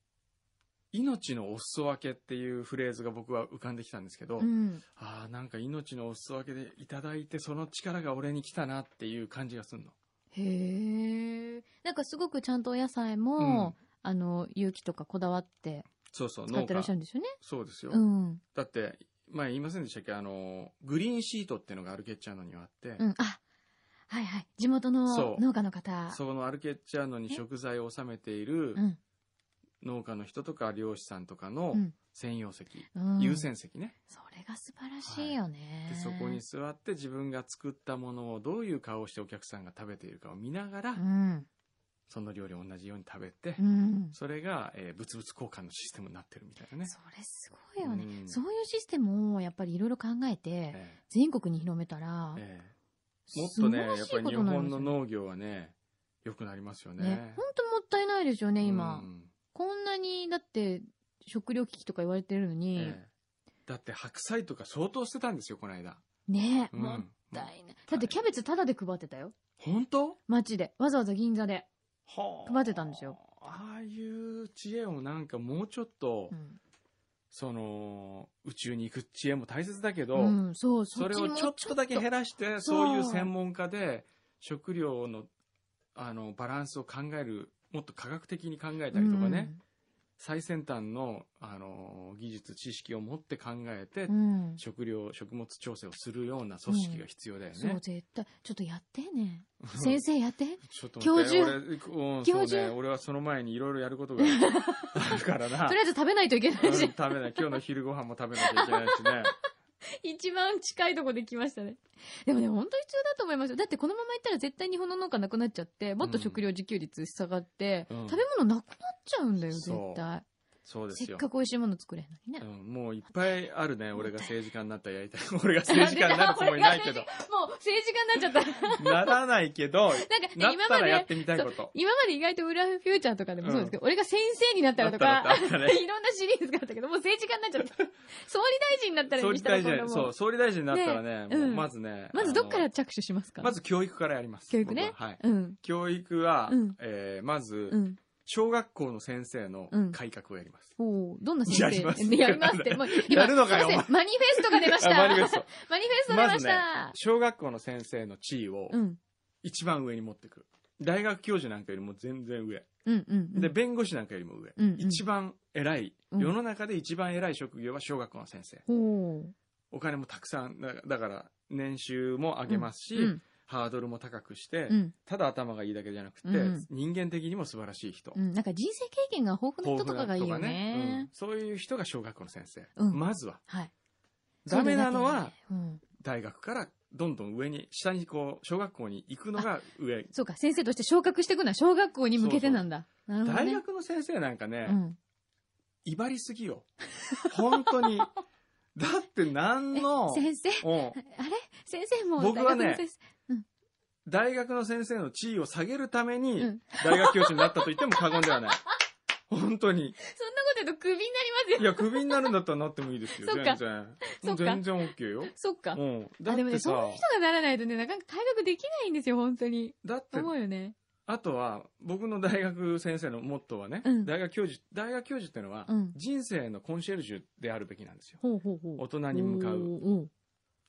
Speaker 1: 命のお裾分けっていうフレーズが僕は浮かんできたんですけど、
Speaker 3: うん。
Speaker 1: ああ、なんか命のお裾分けでいただいて、その力が俺に来たなっていう感じがするの。
Speaker 3: へえ。なんかすごくちゃんとお野菜も、あの、有機とかこだわって
Speaker 1: そうそう、
Speaker 3: 使っ
Speaker 1: 農
Speaker 3: てらっしゃ
Speaker 1: 家。
Speaker 3: るんですよね。
Speaker 1: そうですよ。
Speaker 3: うん。
Speaker 1: だって、前言いませんでしたっけあの、グリーンシートっていうのがアルケッチャーノにはあって、
Speaker 3: うん。あ、はいはい。地元の
Speaker 1: そう
Speaker 3: 農家の方。
Speaker 1: そのアルケッチャーノに食材を納めている
Speaker 3: うん。
Speaker 1: 農家の人とか漁師さんとかの
Speaker 3: うん
Speaker 1: 専用席、
Speaker 3: うん。
Speaker 1: 優。先席ね。
Speaker 3: それが素晴らしいよね。
Speaker 1: で、そこに座って自分が作ったものをどういう顔をしてお客さんが食べているかを見ながら、
Speaker 3: うん。
Speaker 1: その料理を同じように食べて、
Speaker 3: うん。
Speaker 1: それが、えー、物々交換のシステムになってるみたいなね。
Speaker 3: それすごいよね。
Speaker 1: うん
Speaker 3: そういうシステムをやっぱりいろいろ考えて、
Speaker 1: え
Speaker 3: 全国に広めたら
Speaker 1: え、ええもっとね、やっぱり日本の
Speaker 3: 農
Speaker 1: 農業はね、良くなりますよね。
Speaker 3: ね。ほんともったいないですよね、今。
Speaker 1: うん
Speaker 3: こんなに、だって、食料危機とか言われてるのに、
Speaker 1: ええだって白菜とか相当してたんですよ、この間。
Speaker 3: ね、
Speaker 1: うん
Speaker 3: もったいない。だってキャベツタダで配ってたよ。
Speaker 1: 本当
Speaker 3: 街で。わざわざ銀座で。
Speaker 1: は
Speaker 3: 配ってたんですよ。
Speaker 1: ああいう知恵をなんかもうちょっと、
Speaker 3: うん。
Speaker 1: その、宇宙に行く知恵も大切だけど、
Speaker 3: うん、そう、
Speaker 1: そ
Speaker 3: っ
Speaker 1: れ
Speaker 3: ちに
Speaker 1: を
Speaker 3: も
Speaker 1: ちょっとだけ減らして、
Speaker 3: そう
Speaker 1: そういう専門家で、食料の、あの、バランスを考える、もっと科学的に考えたりとかね、最先端の、あの、技術、知識を持って考えて、
Speaker 3: うん。うん。
Speaker 1: 食料、食物調整をするような組織が必要だよね。
Speaker 3: そう、絶対。ちょっとやってね。先生やって。
Speaker 1: ちょっと待って
Speaker 3: 教
Speaker 1: 俺、うん、
Speaker 3: 教
Speaker 1: そう
Speaker 3: 授
Speaker 1: ね。俺はその前にいろいろやることがあるからな。
Speaker 3: とりあえず食べないといけな
Speaker 1: うん
Speaker 3: い
Speaker 1: 食
Speaker 3: し。
Speaker 1: べない。今日の昼ご飯も食べなきゃいけないしね。
Speaker 3: 一番近いとこで来ましたね。でもね、本当に必要だと思いますよ。だってこのまま行ったら絶対日本の農家なくなっちゃって、もっと食料自給率下がって、
Speaker 1: うん
Speaker 3: 食べ物なくなっちゃうんだよ、絶
Speaker 1: そう
Speaker 3: 対。
Speaker 1: そうです
Speaker 3: せっ
Speaker 1: よ。
Speaker 3: かく美味しいもの作れんのにね。
Speaker 1: う
Speaker 3: も
Speaker 1: ん、もういっぱいあるね。俺が政治家になったらやりたい。俺が政治家になるつもりないけど。
Speaker 3: う政治家になっちゃった。 なんか、
Speaker 1: ならないけ ど、な
Speaker 3: ね、
Speaker 1: っ
Speaker 3: 今
Speaker 1: た
Speaker 3: ま
Speaker 1: らやっ
Speaker 3: で、
Speaker 1: てみたいこと。
Speaker 3: 今まで意外と裏フューチャーとかでもそうですけど、俺が先生になったらとか、
Speaker 1: なったなったなったね
Speaker 3: いろんなシリーズがあったけど、もう政治家になっちゃった。総理大臣になったら
Speaker 1: 総
Speaker 3: に
Speaker 1: 理
Speaker 3: したら
Speaker 1: 大
Speaker 3: 今
Speaker 1: 臣、
Speaker 3: 度
Speaker 1: そ
Speaker 3: も
Speaker 1: う、総理大臣になったらね、
Speaker 3: ね
Speaker 1: もう
Speaker 3: うん
Speaker 1: まずね。
Speaker 3: まずどっか
Speaker 1: あ
Speaker 3: ら着手しますか
Speaker 1: のまず教育からやります。
Speaker 3: 教育ね
Speaker 1: 僕ははい。
Speaker 3: うん。
Speaker 1: 教育は
Speaker 3: うん、
Speaker 1: えーま
Speaker 3: う
Speaker 1: ず、
Speaker 3: ん。
Speaker 1: 小学校の先生の改革をやります。
Speaker 3: おお、どんな先生
Speaker 1: やります
Speaker 3: ねやりますって。もう
Speaker 1: やるのかよ
Speaker 3: すいませんマニフェストが出ました。
Speaker 1: あマニフェスト。
Speaker 3: マニフェスト出ました。
Speaker 1: ま小学校の先生の地位を
Speaker 3: うん。
Speaker 1: 一番上に持ってくる。大学教授なんかよりも全然上。
Speaker 3: うんうんうん。
Speaker 1: で、弁護士なんかよりも上。
Speaker 3: うんうん
Speaker 1: 一番偉い。
Speaker 3: うん
Speaker 1: 世の中で一番偉い職業は小学校の先生。
Speaker 3: ほう。
Speaker 1: お金もたくさん、だだから、年収も上げますし、
Speaker 3: うん。
Speaker 1: ハードルも高くして、
Speaker 3: うん。
Speaker 1: ただ頭がいいだけじゃなくて、
Speaker 3: うん
Speaker 1: 人間的にも素晴らしい人。
Speaker 3: うん。なんか人生経験が豊富な人
Speaker 1: 豊富
Speaker 3: とか
Speaker 1: な
Speaker 3: がいいよ
Speaker 1: う
Speaker 3: ね。
Speaker 1: んそういう人が小学校の先生。
Speaker 3: うん
Speaker 1: まずは。
Speaker 3: はい。
Speaker 1: ダメなのは、
Speaker 3: そうだね、うん。
Speaker 1: 大学からどんどん上に、下にこう、小学校に行くのが上。
Speaker 3: そうか、先生として昇格していくのは小学校に向けてなんだ。なるほど、
Speaker 1: 大
Speaker 3: ね。
Speaker 1: 学の先生なんかね、
Speaker 3: うん。
Speaker 1: 威張りすぎよ。本当に。だって何の、
Speaker 3: 先生、
Speaker 1: うん
Speaker 3: あれ先生も
Speaker 1: 僕はね大
Speaker 3: 大学の先生
Speaker 1: 学の先生の地位を下げるため
Speaker 3: う
Speaker 1: に
Speaker 3: ん、
Speaker 1: 大学教授になったと言っても過言ではない。本当に。
Speaker 3: そんなこと言うとクビになります
Speaker 1: い
Speaker 3: よ。
Speaker 1: や、クビになるんだったらなってもいいですよ、
Speaker 3: そっか
Speaker 1: 全然。
Speaker 3: そっか
Speaker 1: 全然 OK よ。
Speaker 3: そっか
Speaker 1: う。ん。だ
Speaker 3: あ、
Speaker 1: っ
Speaker 3: でも
Speaker 1: て
Speaker 3: ね、そう
Speaker 1: さ
Speaker 3: いう、人がならないとね、なかなか退学できないんですよ、本当に。
Speaker 1: だって
Speaker 3: 思、うよね。
Speaker 1: あとは、僕の大学先生のモットーはね、
Speaker 3: うん
Speaker 1: 大学教授、大学教授ってのは、
Speaker 3: うん
Speaker 1: 人生のコンシェルジュであるべきなんですよ。
Speaker 3: ほうほうほう。
Speaker 1: 大人に向かう
Speaker 3: おーお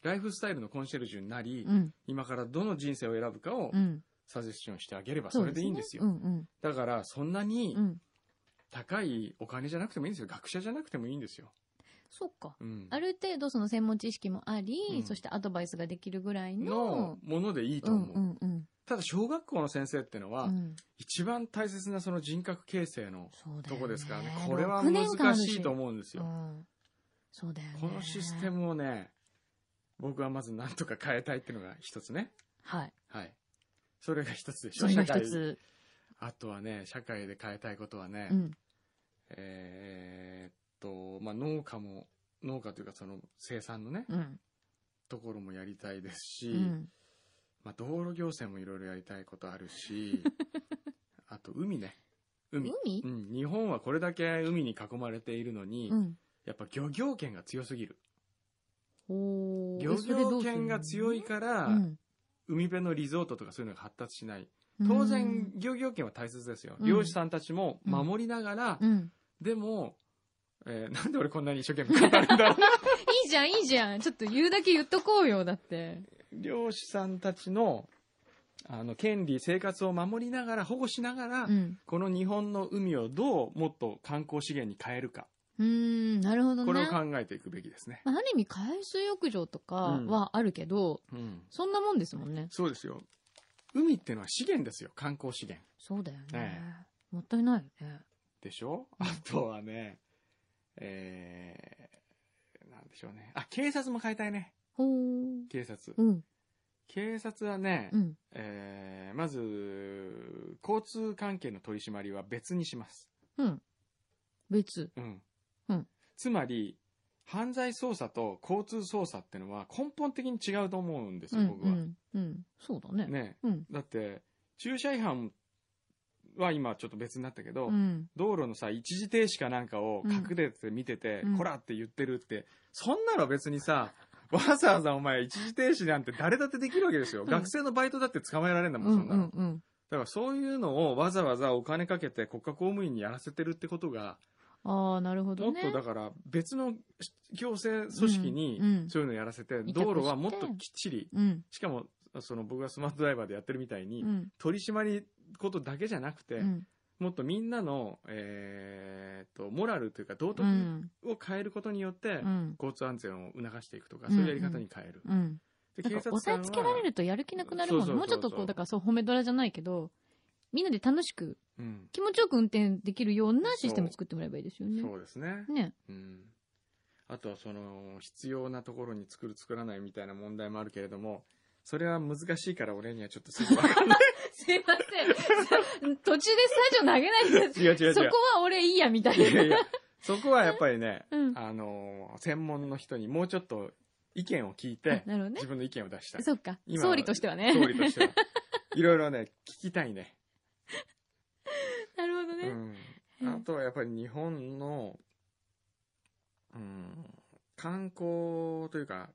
Speaker 1: ライフスタイルのコンシェルジュになり、
Speaker 3: ーうん。
Speaker 1: 今からどの人生を選ぶかを
Speaker 3: うん。
Speaker 1: サジェスションしてあげれば
Speaker 3: そ
Speaker 1: そうれ
Speaker 3: す
Speaker 1: で
Speaker 3: ね
Speaker 1: いいんですよ。
Speaker 3: うんうん。
Speaker 1: だから、そんなに
Speaker 3: うん。
Speaker 1: 高いお金じゃなくてもいいんですよ。学者じゃなくてもいいんですよ。
Speaker 3: そっか。
Speaker 1: うん。
Speaker 3: ある程度その専門知識もあり、
Speaker 1: うん
Speaker 3: そしてアドバイスができるぐらいの
Speaker 1: の。ものでいいと
Speaker 3: うん
Speaker 1: 思う。
Speaker 3: うんうん。
Speaker 1: ただ、小学校の先生ってのは、
Speaker 3: うん
Speaker 1: 一番大切なその人格形成の
Speaker 3: そう
Speaker 1: と
Speaker 3: だよね。
Speaker 1: こですからね。これは
Speaker 3: 六年間
Speaker 1: 難
Speaker 3: ある
Speaker 1: しいと思うんですよ。
Speaker 3: うん。そうだよね。
Speaker 1: このシステ。ムをね、僕はまずなんとか変えたいっていうのが一つね。
Speaker 3: はい。
Speaker 1: はい。それが一つでし
Speaker 3: そ
Speaker 1: ょ、
Speaker 3: れが
Speaker 1: 社
Speaker 3: 一
Speaker 1: 会。
Speaker 3: つ。
Speaker 1: あとはね、社会で変えたいことはね、
Speaker 3: うん。
Speaker 1: えーっと、まあ、農家も、農家というかその生産のね、
Speaker 3: うん。
Speaker 1: ところもやりたいですし、
Speaker 3: うん。
Speaker 1: まあ、道路行政もいろいろやりたいことある し、あと海ね。海。
Speaker 3: 海
Speaker 1: うん、日本はこれだけ海に囲まれているのに、
Speaker 3: うん。
Speaker 1: やっぱ漁業権が強すぎる。
Speaker 3: おー
Speaker 1: 漁
Speaker 3: えそれど
Speaker 1: 業
Speaker 3: うする
Speaker 1: 権が強いから、
Speaker 3: うん
Speaker 1: 海辺のリゾートとかそういうのが発達しない。
Speaker 3: うん
Speaker 1: 当然、漁業権は大切ですよ。
Speaker 3: うん
Speaker 1: 漁師さんたちも守りながら、
Speaker 3: うん。
Speaker 1: でも、えーなんで俺こんなに一生懸命語るんだろう。
Speaker 3: いいじゃん、いいじゃん。ちょっと言うだけ言っとこうよ、だって。
Speaker 1: 漁師さんたちの、あの、権利、生活を守りながら、保護しながら、
Speaker 3: うん。
Speaker 1: この日本の海をどうもっと観光資源に変えるか、
Speaker 3: うーん、なるほどね。
Speaker 1: これを考えていくべきですね。
Speaker 3: まあある意味、海水浴場とかはあるけど、
Speaker 1: うん。
Speaker 3: そんなもんですもんね。
Speaker 1: そうですよ。海ってのは資源ですよ、観光資源。
Speaker 3: そうだよね。
Speaker 1: え
Speaker 3: もったいないよね。
Speaker 1: でしょあとはね、えー、なんでしょうね。あ、警察も変えたいね。
Speaker 3: ほー。
Speaker 1: 警察。
Speaker 3: うん、
Speaker 1: 警察はね、
Speaker 3: うん。
Speaker 1: えー、まず、交通関係の取り締まりは別にします。
Speaker 3: うん。別。
Speaker 1: うん。
Speaker 3: うん
Speaker 1: つまり、犯罪捜査と交通捜査ってのは根本的に違うと思うんです
Speaker 3: う
Speaker 1: よ、
Speaker 3: ん、
Speaker 1: 僕は。
Speaker 3: うん。うん。そうだね。
Speaker 1: ね。
Speaker 3: うん。
Speaker 1: だって、駐車違反は今ちょっと別になったけど、
Speaker 3: うん。
Speaker 1: 道路のさ、一時停止かなんかを
Speaker 3: うん
Speaker 1: 隠れて見てて、
Speaker 3: うん
Speaker 1: こらって言ってるって、そんなの別にさ、わざわざお前一時停止なんて誰だってできるわけですよ。
Speaker 3: ん
Speaker 1: 学生のバイトだって捕まえられんだ
Speaker 3: う
Speaker 1: もん、そ
Speaker 3: ん
Speaker 1: んな
Speaker 3: う
Speaker 1: の。
Speaker 3: んうん。
Speaker 1: だからそういうのをわざわざお金かけて国家公務員にやらせてるってことが、
Speaker 3: ああ、なるほ
Speaker 1: も
Speaker 3: ど
Speaker 1: っ
Speaker 3: ね。
Speaker 1: とだから別の行政組織
Speaker 3: うんう
Speaker 1: に
Speaker 3: ん
Speaker 1: そういうのやらせて、
Speaker 3: 託
Speaker 1: 道路はもっ
Speaker 3: して
Speaker 1: ときっちり、
Speaker 3: うん。
Speaker 1: しかもその僕がスマートドライバーでやってるみたいに
Speaker 3: う、ん。
Speaker 1: 取り締まりことだけじゃなくて、
Speaker 3: うん。
Speaker 1: もっとみんなの、えーっと、モラルというか道
Speaker 3: う
Speaker 1: 徳
Speaker 3: ん。
Speaker 1: を変えることによって、
Speaker 3: うん。
Speaker 1: 交通安全を促していくとか、
Speaker 3: うん
Speaker 1: そういうやり方に変える。
Speaker 3: うん。
Speaker 1: で
Speaker 3: なんか、押さえつけられるとやる気なくなるも
Speaker 1: そ
Speaker 3: ん。
Speaker 1: うそう
Speaker 3: も
Speaker 1: そうう
Speaker 3: ち
Speaker 1: そ
Speaker 3: ょ
Speaker 1: う
Speaker 3: っとこう、だからそう、褒めドラじゃないけど、みんなで楽しく、
Speaker 1: うん、
Speaker 3: 気持ちよく運転できるようなシステム作ってもらえばいいですよね。
Speaker 1: そうですね。
Speaker 3: ね。
Speaker 1: うん。あとはその、必要なところに作る作らないみたいな問題もあるけれども、それは難しいから俺にはちょっとすぐわかんない。
Speaker 3: すいません。 途中でスタジオ投げないで
Speaker 1: 違う違う違う。
Speaker 3: そこは俺いいや、みたい
Speaker 1: いやい
Speaker 3: な。
Speaker 1: や、そこはやっぱりね、
Speaker 3: うん。
Speaker 1: あのー、専門の人にもうちょっと意見を聞いて
Speaker 3: あ、なるほどね
Speaker 1: 自。分の意見を出したい。
Speaker 3: そっか。
Speaker 1: 今は
Speaker 3: 総理としてはね。
Speaker 1: 総理としては。いろいろね、聞きたいね。
Speaker 3: なるほど
Speaker 1: う
Speaker 3: ね。
Speaker 1: ん。
Speaker 3: うん
Speaker 1: あとはやっぱり日本の、うん、観光というか、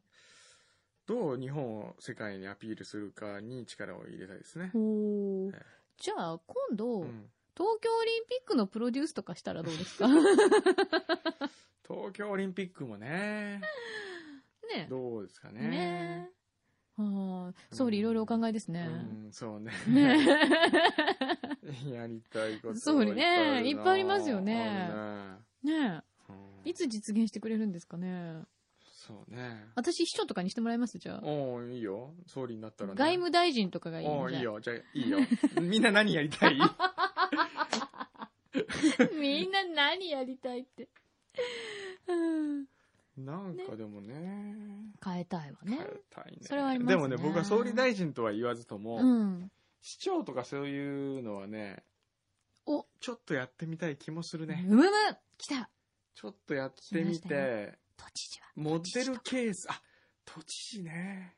Speaker 1: どう日本を世界にアピールするかに力を入れたいですね。
Speaker 3: ほー
Speaker 1: ええ
Speaker 3: じゃあ、今度、
Speaker 1: うん
Speaker 3: 東京オリンピックのプロデュースとかしたらどうですか
Speaker 1: 東京オリンピックもね、
Speaker 3: ね。
Speaker 1: どうですかね。
Speaker 3: ねはあ、総理いろいろお考えです
Speaker 1: う
Speaker 3: ね。
Speaker 1: ん、そうね。
Speaker 3: ね
Speaker 1: やりたいこと。
Speaker 3: そう
Speaker 1: い
Speaker 3: ね
Speaker 1: っぱいあるない
Speaker 3: っぱいありますよね
Speaker 1: あ
Speaker 3: ね
Speaker 1: るねうん
Speaker 3: いつ実現してくれるんですかね。
Speaker 1: そうね。
Speaker 3: 私、秘書とかにしてもらいますじゃあ。
Speaker 1: おおいいよ。総理になったらね。
Speaker 3: 外務大臣とかがいいんじゃ
Speaker 1: おー
Speaker 3: ない
Speaker 1: いいよ。じゃあ、いいよ。 みんな何やりたい
Speaker 3: みんな何やりたいって。うん
Speaker 1: なんかでもね。
Speaker 3: 変えたいわ
Speaker 1: 変
Speaker 3: ね
Speaker 1: え。たいね。
Speaker 3: それはありますね
Speaker 1: でもね、僕は総理大臣とは言わずとも、
Speaker 3: うん。
Speaker 1: 市長とかそういうのはね、
Speaker 3: お
Speaker 1: ちょっとやってみたい気もするね。
Speaker 3: うむむ来た
Speaker 1: ちょっとやって
Speaker 3: 来ま
Speaker 1: み
Speaker 3: した
Speaker 1: て、
Speaker 3: 都知事は。
Speaker 1: モデルケース、あ、都知事ね。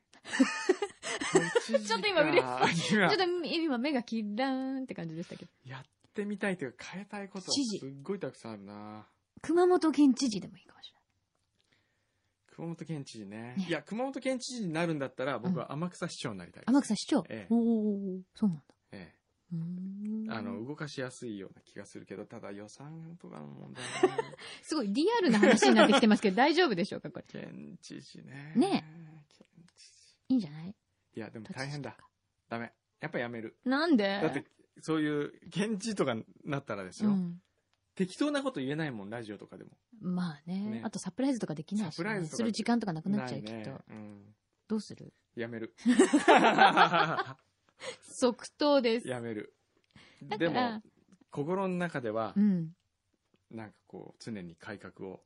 Speaker 3: ちょっと今嬉しい
Speaker 1: い。今
Speaker 3: ちょっと今目がキラーンって感じでしたけど。
Speaker 1: やってみたいというか変えたいことは
Speaker 3: 知事
Speaker 1: すっごいたくさんあるな
Speaker 3: 熊本県知事でもいいかもし
Speaker 1: 熊本県知事ね。
Speaker 3: ね
Speaker 1: いや、熊本県知事になるんだったら、僕は天草市長になりたいです。
Speaker 3: れない。天草市長。
Speaker 1: ええ
Speaker 3: おおそうなんだ。
Speaker 1: え
Speaker 3: うー
Speaker 1: え
Speaker 3: ん
Speaker 1: あの、動かしやすいような気がするけど、ただ予算とかの問題もある
Speaker 3: すごいリアルな話になってきてます けど、大丈夫でしょうかこれ。
Speaker 1: 県知事ね。
Speaker 3: ね
Speaker 1: 県知事
Speaker 3: いいんじゃない
Speaker 1: いや、でも大変だ。ダメ。やっぱやめる。
Speaker 3: なんで
Speaker 1: だって、そういう、県知事とかになったらです
Speaker 3: う
Speaker 1: よ。
Speaker 3: ん。
Speaker 1: 適当なこと言えないもん、ラジオとかでも。
Speaker 3: まあね
Speaker 1: ね
Speaker 3: あとサプライズとかできないし、ね。
Speaker 1: サプライズとか
Speaker 3: する時間とかなくなっちゃう、
Speaker 1: い
Speaker 3: きっと。
Speaker 1: うん。
Speaker 3: どうする
Speaker 1: やめ る。
Speaker 3: 即答です。
Speaker 1: やめる。
Speaker 3: だ
Speaker 1: で
Speaker 3: から
Speaker 1: も、心の中では
Speaker 3: う、ん。
Speaker 1: なんかこう、常に改革を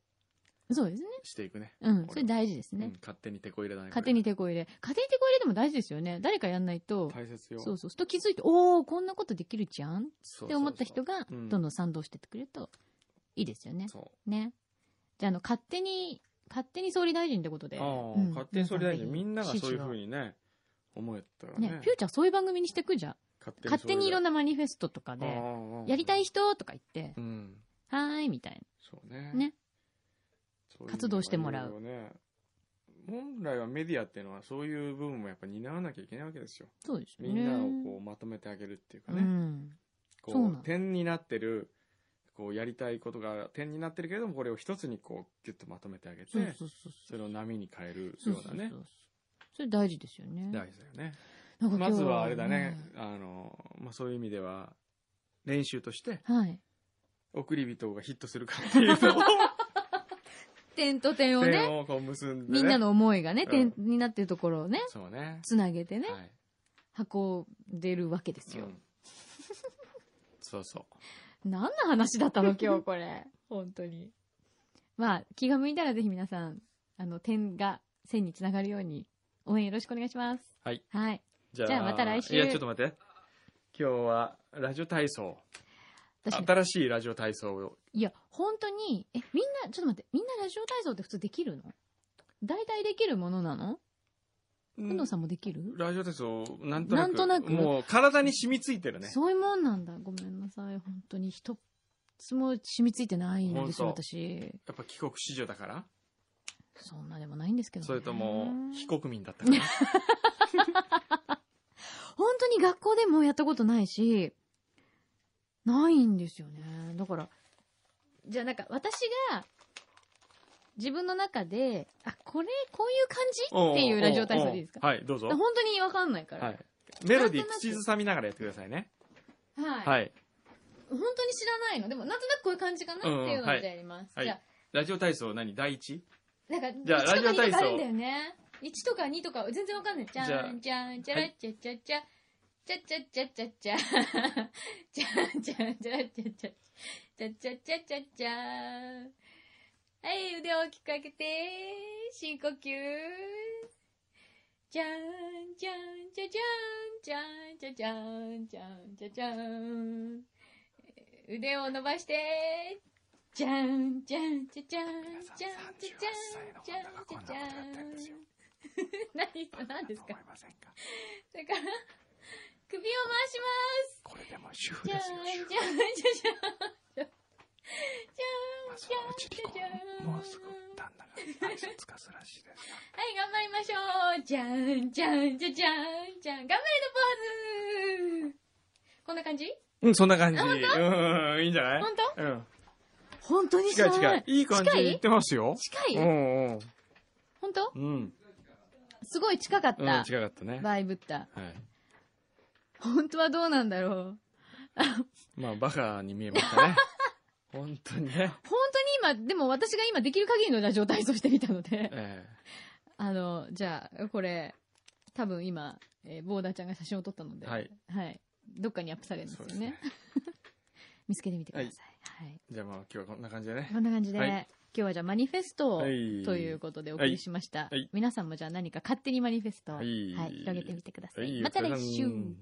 Speaker 3: そうですね。
Speaker 1: していくね。
Speaker 3: うん。
Speaker 1: 俺
Speaker 3: それ大事です
Speaker 1: う
Speaker 3: ね。
Speaker 1: ん勝手に手こ入れだね。
Speaker 3: 勝手に手こ入れ。勝手に手こ入れでも大事ですよね。誰かやんないと
Speaker 1: こ。れ大切よ。
Speaker 3: そうそう。すると気づいて、おー、こんなことできるじゃんっ
Speaker 1: そうそうそう
Speaker 3: て思った人が、
Speaker 1: うん
Speaker 3: どんどん賛同してってくれると、いいですよね。
Speaker 1: そ
Speaker 3: ね。じゃあ、あの、勝手に、勝手に総理大臣ってこと
Speaker 1: う。
Speaker 3: で。
Speaker 1: ああ
Speaker 3: うん
Speaker 1: 勝手にそれ大事。みんながそういうふう
Speaker 3: 指
Speaker 1: にね、思えたら
Speaker 3: 示を
Speaker 1: ね
Speaker 3: ね、フ。ューチャーそういう番組にしてくじゃん。勝手にいろん
Speaker 1: な
Speaker 3: なマニフェストとかで、やりたい。人とか言って
Speaker 1: う、ん。
Speaker 3: はーい、みたい
Speaker 1: そうね。
Speaker 3: な。ね。
Speaker 1: そういう
Speaker 3: 活動してもら
Speaker 1: い
Speaker 3: う
Speaker 1: ろいろね本来はメディアっていうのはそういう部分もやっぱ担わなきゃいけないわけですよ。
Speaker 3: そうですよ
Speaker 1: み
Speaker 3: ね。
Speaker 1: んなをこうまとめてあげるっていうかね。
Speaker 3: うん。
Speaker 1: こ
Speaker 3: そうな
Speaker 1: う
Speaker 3: の
Speaker 1: 点になってるこうやりたいことが点になってるけれどもこれを一つにこうギュッとまとめてあげて
Speaker 3: そうそうそう
Speaker 1: それを波に変える
Speaker 3: そう。
Speaker 1: ようなね
Speaker 3: そそそ。それ大事ですよね。
Speaker 1: 大事だよね
Speaker 3: なんか今
Speaker 1: ま
Speaker 3: 日
Speaker 1: ずはあれだね、あの、まあ、そういう意味では練習として
Speaker 3: うんはい。
Speaker 1: 送り人がヒットするかって いうのを
Speaker 3: 点と点をね、
Speaker 1: 点をこう結んで、ね、
Speaker 3: みんなの思いがね、
Speaker 1: うん
Speaker 3: 点になってるところをね、
Speaker 1: そうね
Speaker 3: つなげてね、
Speaker 1: はい
Speaker 3: 運んでるわけですよ
Speaker 1: う。んそうそう
Speaker 3: 何の話だったの今日 これ。本当に。まあ、気が向いたらぜひ皆さん、あの、点が線につながるように、応援よろしくお願いします。
Speaker 1: はい。
Speaker 3: はい。
Speaker 1: じゃ
Speaker 3: じゃあまた来週
Speaker 1: いやちょっと待って今日はラジオ体操
Speaker 3: 私ね、
Speaker 1: 新しいラジオ体操を
Speaker 3: いや、本当に、え、みんな、ちょっと待って、みんなラジオ体操って普通できるの大体できるものなの
Speaker 1: うん
Speaker 3: くのさんもできる、
Speaker 1: ラジオ体操、なんとなく。
Speaker 3: なんとなく
Speaker 1: もう体に染みついてるね。
Speaker 3: そういうもんなんだ。ごめんなさい。本当に一つも染みついてないんですよ、
Speaker 1: 本当
Speaker 3: 私。
Speaker 1: やっぱ帰国子女だから
Speaker 3: そんなでもないんですけど、ね。
Speaker 1: それとも、非国民だった から
Speaker 3: 本当に学校でもやったことないし、ないんですよね。だから、じゃあなんか私が、自分の中で、あ、これ、こういう感
Speaker 1: おうおうおうおう
Speaker 3: じっていうラジオ体操でいいですか
Speaker 1: はい、どうぞ。
Speaker 3: 本当にわかんないから。
Speaker 1: は
Speaker 3: はい。
Speaker 1: い。メロディー口ずさみながらやってくださいね。はい。
Speaker 3: 本当に知らないの。でも、なんとなくこういう感じかなっていうのでやります。
Speaker 1: はい
Speaker 3: じゃあ、
Speaker 1: ラジオ体操何第一
Speaker 3: なんか、
Speaker 1: じゃあ
Speaker 3: 1とか
Speaker 1: ラ
Speaker 3: 2と
Speaker 1: ジオ体
Speaker 3: か
Speaker 1: 操
Speaker 3: あるんだよね。1とか2とか全然わかんない。じゃ
Speaker 1: じゃあ
Speaker 3: んじゃん、じゃらっちゃっちゃっちゃ。ちゃっちゃっちゃっちゃっちゃ。 じゃんじゃん、じゃらっちゃっちゃ。ちゃっちゃっちゃっちゃっちゃ。はい、腕を大きく開けて、深呼吸。じゃんじゃん、じゃじゃん、じゃんじゃじゃん、じゃんじゃじゃん。腕を伸ばして、じゃんじゃんじゃじゃんじゃんじゃじゃんじゃんじゃじゃん。 何何ですか
Speaker 1: いませんか
Speaker 3: だから、首を回します
Speaker 1: これでも主婦
Speaker 3: じゃんじゃんじゃじゃんじゃんじゃんじゃん
Speaker 1: 旦那 が挨拶かすらしいですよ。
Speaker 3: はい、頑張りましょうじゃんじゃんじゃじゃんじゃん頑張れのポーズこんな感じ
Speaker 1: うん、そんな感じ。うん、いいんじゃない
Speaker 3: 本当
Speaker 1: うん。
Speaker 3: 本当に
Speaker 1: 近い近い。いい感じ
Speaker 3: 近
Speaker 1: で
Speaker 3: い
Speaker 1: 言ってますよ。う
Speaker 3: 近い
Speaker 1: んうん。
Speaker 3: 本当
Speaker 1: うん。
Speaker 3: すごい近かっ
Speaker 1: うん、
Speaker 3: た。
Speaker 1: 近かったね。
Speaker 3: バイブった。
Speaker 1: はい。
Speaker 3: 本当はどうなんだろう。
Speaker 1: まあ、バカに見えました ね。本当にね。
Speaker 3: 本当に今、でも私が今できる限りのラジオ体操してみたので。
Speaker 1: え
Speaker 3: あの、じゃあ、これ、多分今、えーボーダーちゃんが写真を撮ったの
Speaker 1: え
Speaker 3: で、
Speaker 1: はい。
Speaker 3: どっかにアップされるんです
Speaker 1: そ
Speaker 3: よ
Speaker 1: うで
Speaker 3: ね。
Speaker 1: すね。
Speaker 3: 見つけてみてください。はい。
Speaker 1: じゃあまあ、今日はこんな感じでね。
Speaker 3: こんな感じで、
Speaker 1: はい
Speaker 3: 今日はじゃあマニフェストを、
Speaker 1: はい
Speaker 3: ということでお送りしました、
Speaker 1: はい
Speaker 3: 皆さんもじゃあ何か勝手にマニフェストを、
Speaker 1: はい
Speaker 3: 広げてみてください。
Speaker 1: はい
Speaker 3: また来
Speaker 1: お疲れ
Speaker 3: 週
Speaker 1: 様